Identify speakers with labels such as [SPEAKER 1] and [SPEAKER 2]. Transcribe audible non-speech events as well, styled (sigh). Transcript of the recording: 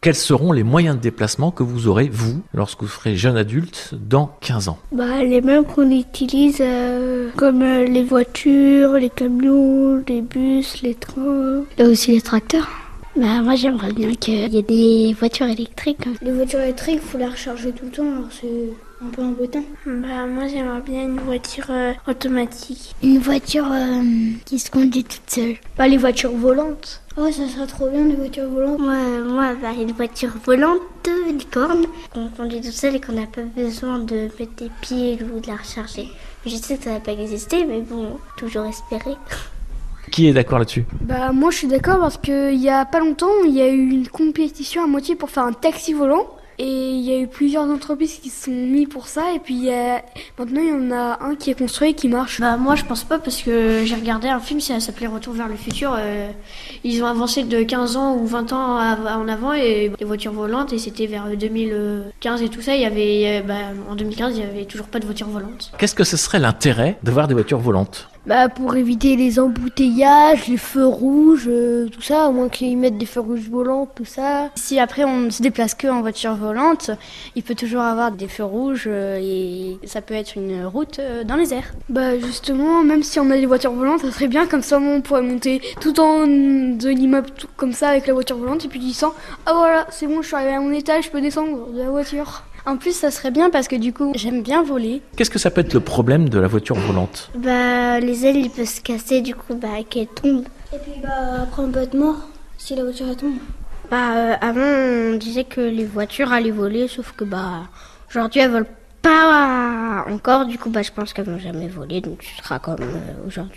[SPEAKER 1] quels seront les moyens de déplacement que vous aurez, vous, lorsque vous serez jeune adulte, dans 15 ans
[SPEAKER 2] Bah, les mêmes qu'on utilise euh, comme euh, les voitures, les camions, les bus, les trains.
[SPEAKER 3] Là aussi les tracteurs. Bah moi j'aimerais bien qu'il y ait des voitures électriques.
[SPEAKER 4] Les voitures électriques, faut la recharger tout le temps, alors c'est un peu embêtant.
[SPEAKER 5] Bah moi j'aimerais bien une voiture euh, automatique.
[SPEAKER 6] Une voiture euh, qui se conduit toute seule.
[SPEAKER 4] Pas Bah, les voitures volantes.
[SPEAKER 7] Oh ça serait trop bien les voitures volantes.
[SPEAKER 8] Ouais, moi bah, une voiture volante, licorne, qu'on conduit toute seule et qu'on n'a pas besoin de mettre des piles ou de la recharger. Je sais que ça n'a pas existé, mais bon, toujours espérer. (laughs)
[SPEAKER 1] Qui est d'accord là-dessus
[SPEAKER 9] Bah moi je suis d'accord parce qu'il y a pas longtemps il y a eu une compétition à moitié pour faire un taxi volant et il y a eu plusieurs entreprises qui se sont mis pour ça et puis il y a... maintenant il y en a un qui est construit et qui marche.
[SPEAKER 10] Bah moi je pense pas parce que j'ai regardé un film ça s'appelait Retour vers le futur. Euh, ils ont avancé de 15 ans ou 20 ans en avant et les voitures volantes et c'était vers 2015 et tout ça il y avait bah, en 2015 il y avait toujours pas de voitures volantes.
[SPEAKER 1] Qu'est-ce que ce serait l'intérêt d'avoir des voitures volantes
[SPEAKER 11] bah pour éviter les embouteillages, les feux rouges, euh, tout ça, au moins qu'ils mettent des feux rouges volants, tout ça.
[SPEAKER 12] Si après on ne se déplace que en voiture volante, il peut toujours avoir des feux rouges euh, et ça peut être une route euh, dans les airs.
[SPEAKER 9] Bah justement, même si on a des voitures volantes, ça serait bien comme ça on pourrait monter tout en de l'immeuble tout comme ça avec la voiture volante et puis tu sens ah oh, voilà c'est bon je suis arrivé à mon étage je peux descendre de la voiture.
[SPEAKER 12] En plus, ça serait bien parce que du coup, j'aime bien voler.
[SPEAKER 1] Qu'est-ce que ça peut être le problème de la voiture volante
[SPEAKER 8] Bah, les ailes, ils peuvent se casser, du coup, bah, qu'elle tombe.
[SPEAKER 7] Et puis, bah, après, on peut être mort si la voiture elle tombe.
[SPEAKER 8] Bah, euh, avant, on disait que les voitures allaient voler, sauf que, bah, aujourd'hui, elles volent pas encore, du coup, bah, je pense qu'elles vont jamais voler, donc tu seras comme euh, aujourd'hui.